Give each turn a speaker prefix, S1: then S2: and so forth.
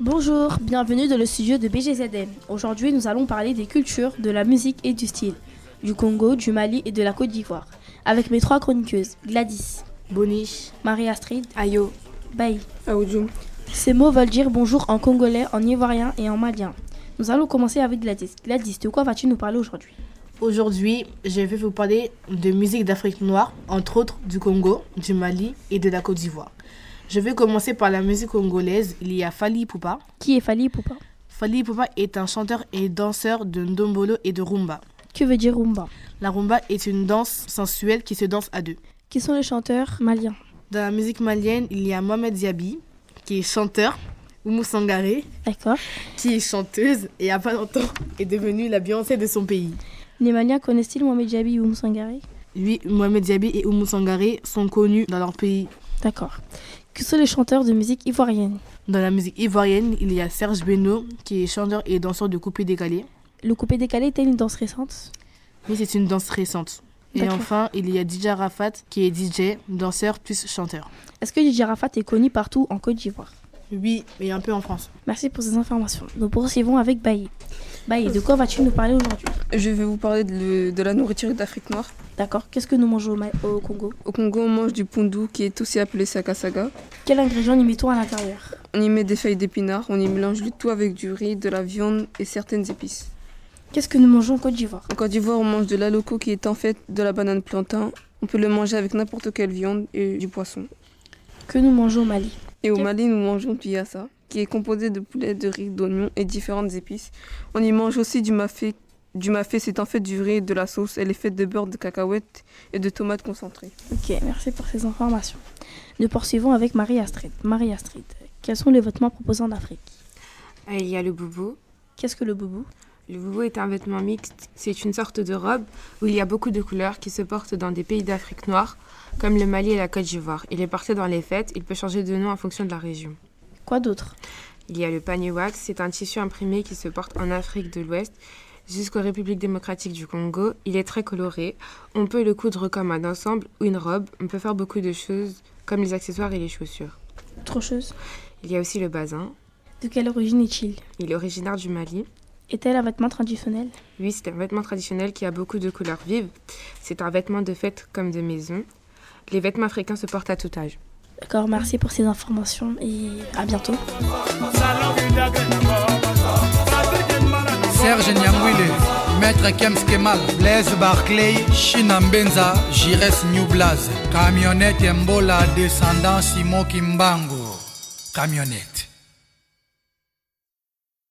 S1: Bonjour, bienvenue dans le studio de BGZM. Aujourd'hui, nous allons parler des cultures, de la musique et du style, du Congo, du Mali et de la Côte d'Ivoire, avec mes trois chroniqueuses, Gladys,
S2: Boni,
S1: Marie-Astrid,
S2: Ayo,
S1: Baï.
S2: Aoudjou.
S1: Ces mots veulent dire bonjour en congolais, en ivoirien et en malien. Nous allons commencer avec Gladys. Gladys, de quoi vas-tu nous parler aujourd'hui
S2: Aujourd'hui, je vais vous parler de musique d'Afrique noire, entre autres du Congo, du Mali et de la Côte d'Ivoire. Je vais commencer par la musique congolaise. Il y a Fali Poupa.
S1: Qui est Fali Poupa
S2: Fali Poupa est un chanteur et danseur de ndombolo et de rumba.
S1: Que veut dire rumba
S2: La rumba est une danse sensuelle qui se danse à deux.
S1: Qui sont les chanteurs maliens
S2: Dans la musique malienne, il y a Mohamed Diaby, qui est chanteur, Oumou Sangaré,
S1: D'accord.
S2: qui est chanteuse et à pas longtemps est devenue la Beyoncé de son pays.
S1: Les maliens connaissent-ils Mohamed Djabi ou Moussangari
S2: Lui, Mohamed Diaby et Oumou Sangaré sont connus dans leur pays.
S1: D'accord. Qui sont les chanteurs de musique ivoirienne
S2: Dans la musique ivoirienne, il y a Serge Beno, qui est chanteur et danseur de coupé décalé,
S1: Le coupé décalé était une danse récente
S2: mais c'est une danse récente. Et
S1: D'accord.
S2: enfin, il y a DJ Rafat, qui est DJ, danseur plus chanteur.
S1: Est-ce que Didier Rafat est connu partout en Côte d'Ivoire
S2: Oui, mais un peu en France.
S1: Merci pour ces informations. Nous poursuivons avec Baye. Baye, de quoi vas-tu nous parler aujourd'hui
S3: Je vais vous parler de, le- de la nourriture d'Afrique noire.
S1: D'accord, qu'est-ce que nous mangeons au, Ma- au Congo
S3: Au Congo, on mange du pundu qui est aussi appelé sakasaga.
S1: Quels ingrédients y mettons à l'intérieur
S3: On y met des feuilles d'épinards, on y mélange le tout avec du riz, de la viande et certaines épices.
S1: Qu'est-ce que nous mangeons en Côte d'Ivoire
S3: En Côte d'Ivoire, on mange de l'aloco qui est en fait de la banane plantain. On peut le manger avec n'importe quelle viande et du poisson.
S1: Que nous mangeons au Mali
S3: Et au
S1: Ok.
S3: Mali, nous mangeons du yassa, qui est composé de poulet, de riz, d'oignons et différentes épices. On y mange aussi du mafé. Du mafé, c'est en fait du riz, de la sauce. Elle est faite de beurre, de cacahuètes et de tomates concentrées.
S1: Ok, merci pour ces informations. Nous poursuivons avec Marie Astrid. Marie Astrid, quels sont les vêtements proposés en Afrique
S4: Euh, Il y a le boubou.
S1: Qu'est-ce que le boubou
S4: Le boubou est un vêtement mixte. C'est une sorte de robe où il y a beaucoup de couleurs qui se portent dans des pays d'Afrique noire, comme le Mali et la Côte d'Ivoire. Il est porté dans les fêtes. Il peut changer de nom en fonction de la région.
S1: Quoi d'autre
S4: Il y a le panier wax. C'est un tissu imprimé qui se porte en Afrique de l'Ouest jusqu'aux Républiques démocratiques du Congo. Il est très coloré. On peut le coudre comme un ensemble ou une robe. On peut faire beaucoup de choses, comme les accessoires et les chaussures.
S1: Trocheuse
S4: Il y a aussi le bazin.
S1: De quelle origine est-il
S4: Il est originaire du Mali.
S1: Est-elle un vêtement traditionnel
S4: Oui, c'est un vêtement traditionnel qui a beaucoup de couleurs vives. C'est un vêtement de fête comme de maison. Les vêtements africains se portent à tout âge.
S1: D'accord, merci pour ces informations et à bientôt.
S5: Serge Nyamwile, Maître Kems Kemal, Blaise Barclay, China Mbenza, Jires New Blaze, Camionnette Mbola, descendant Simo Kimbango. Camionnette.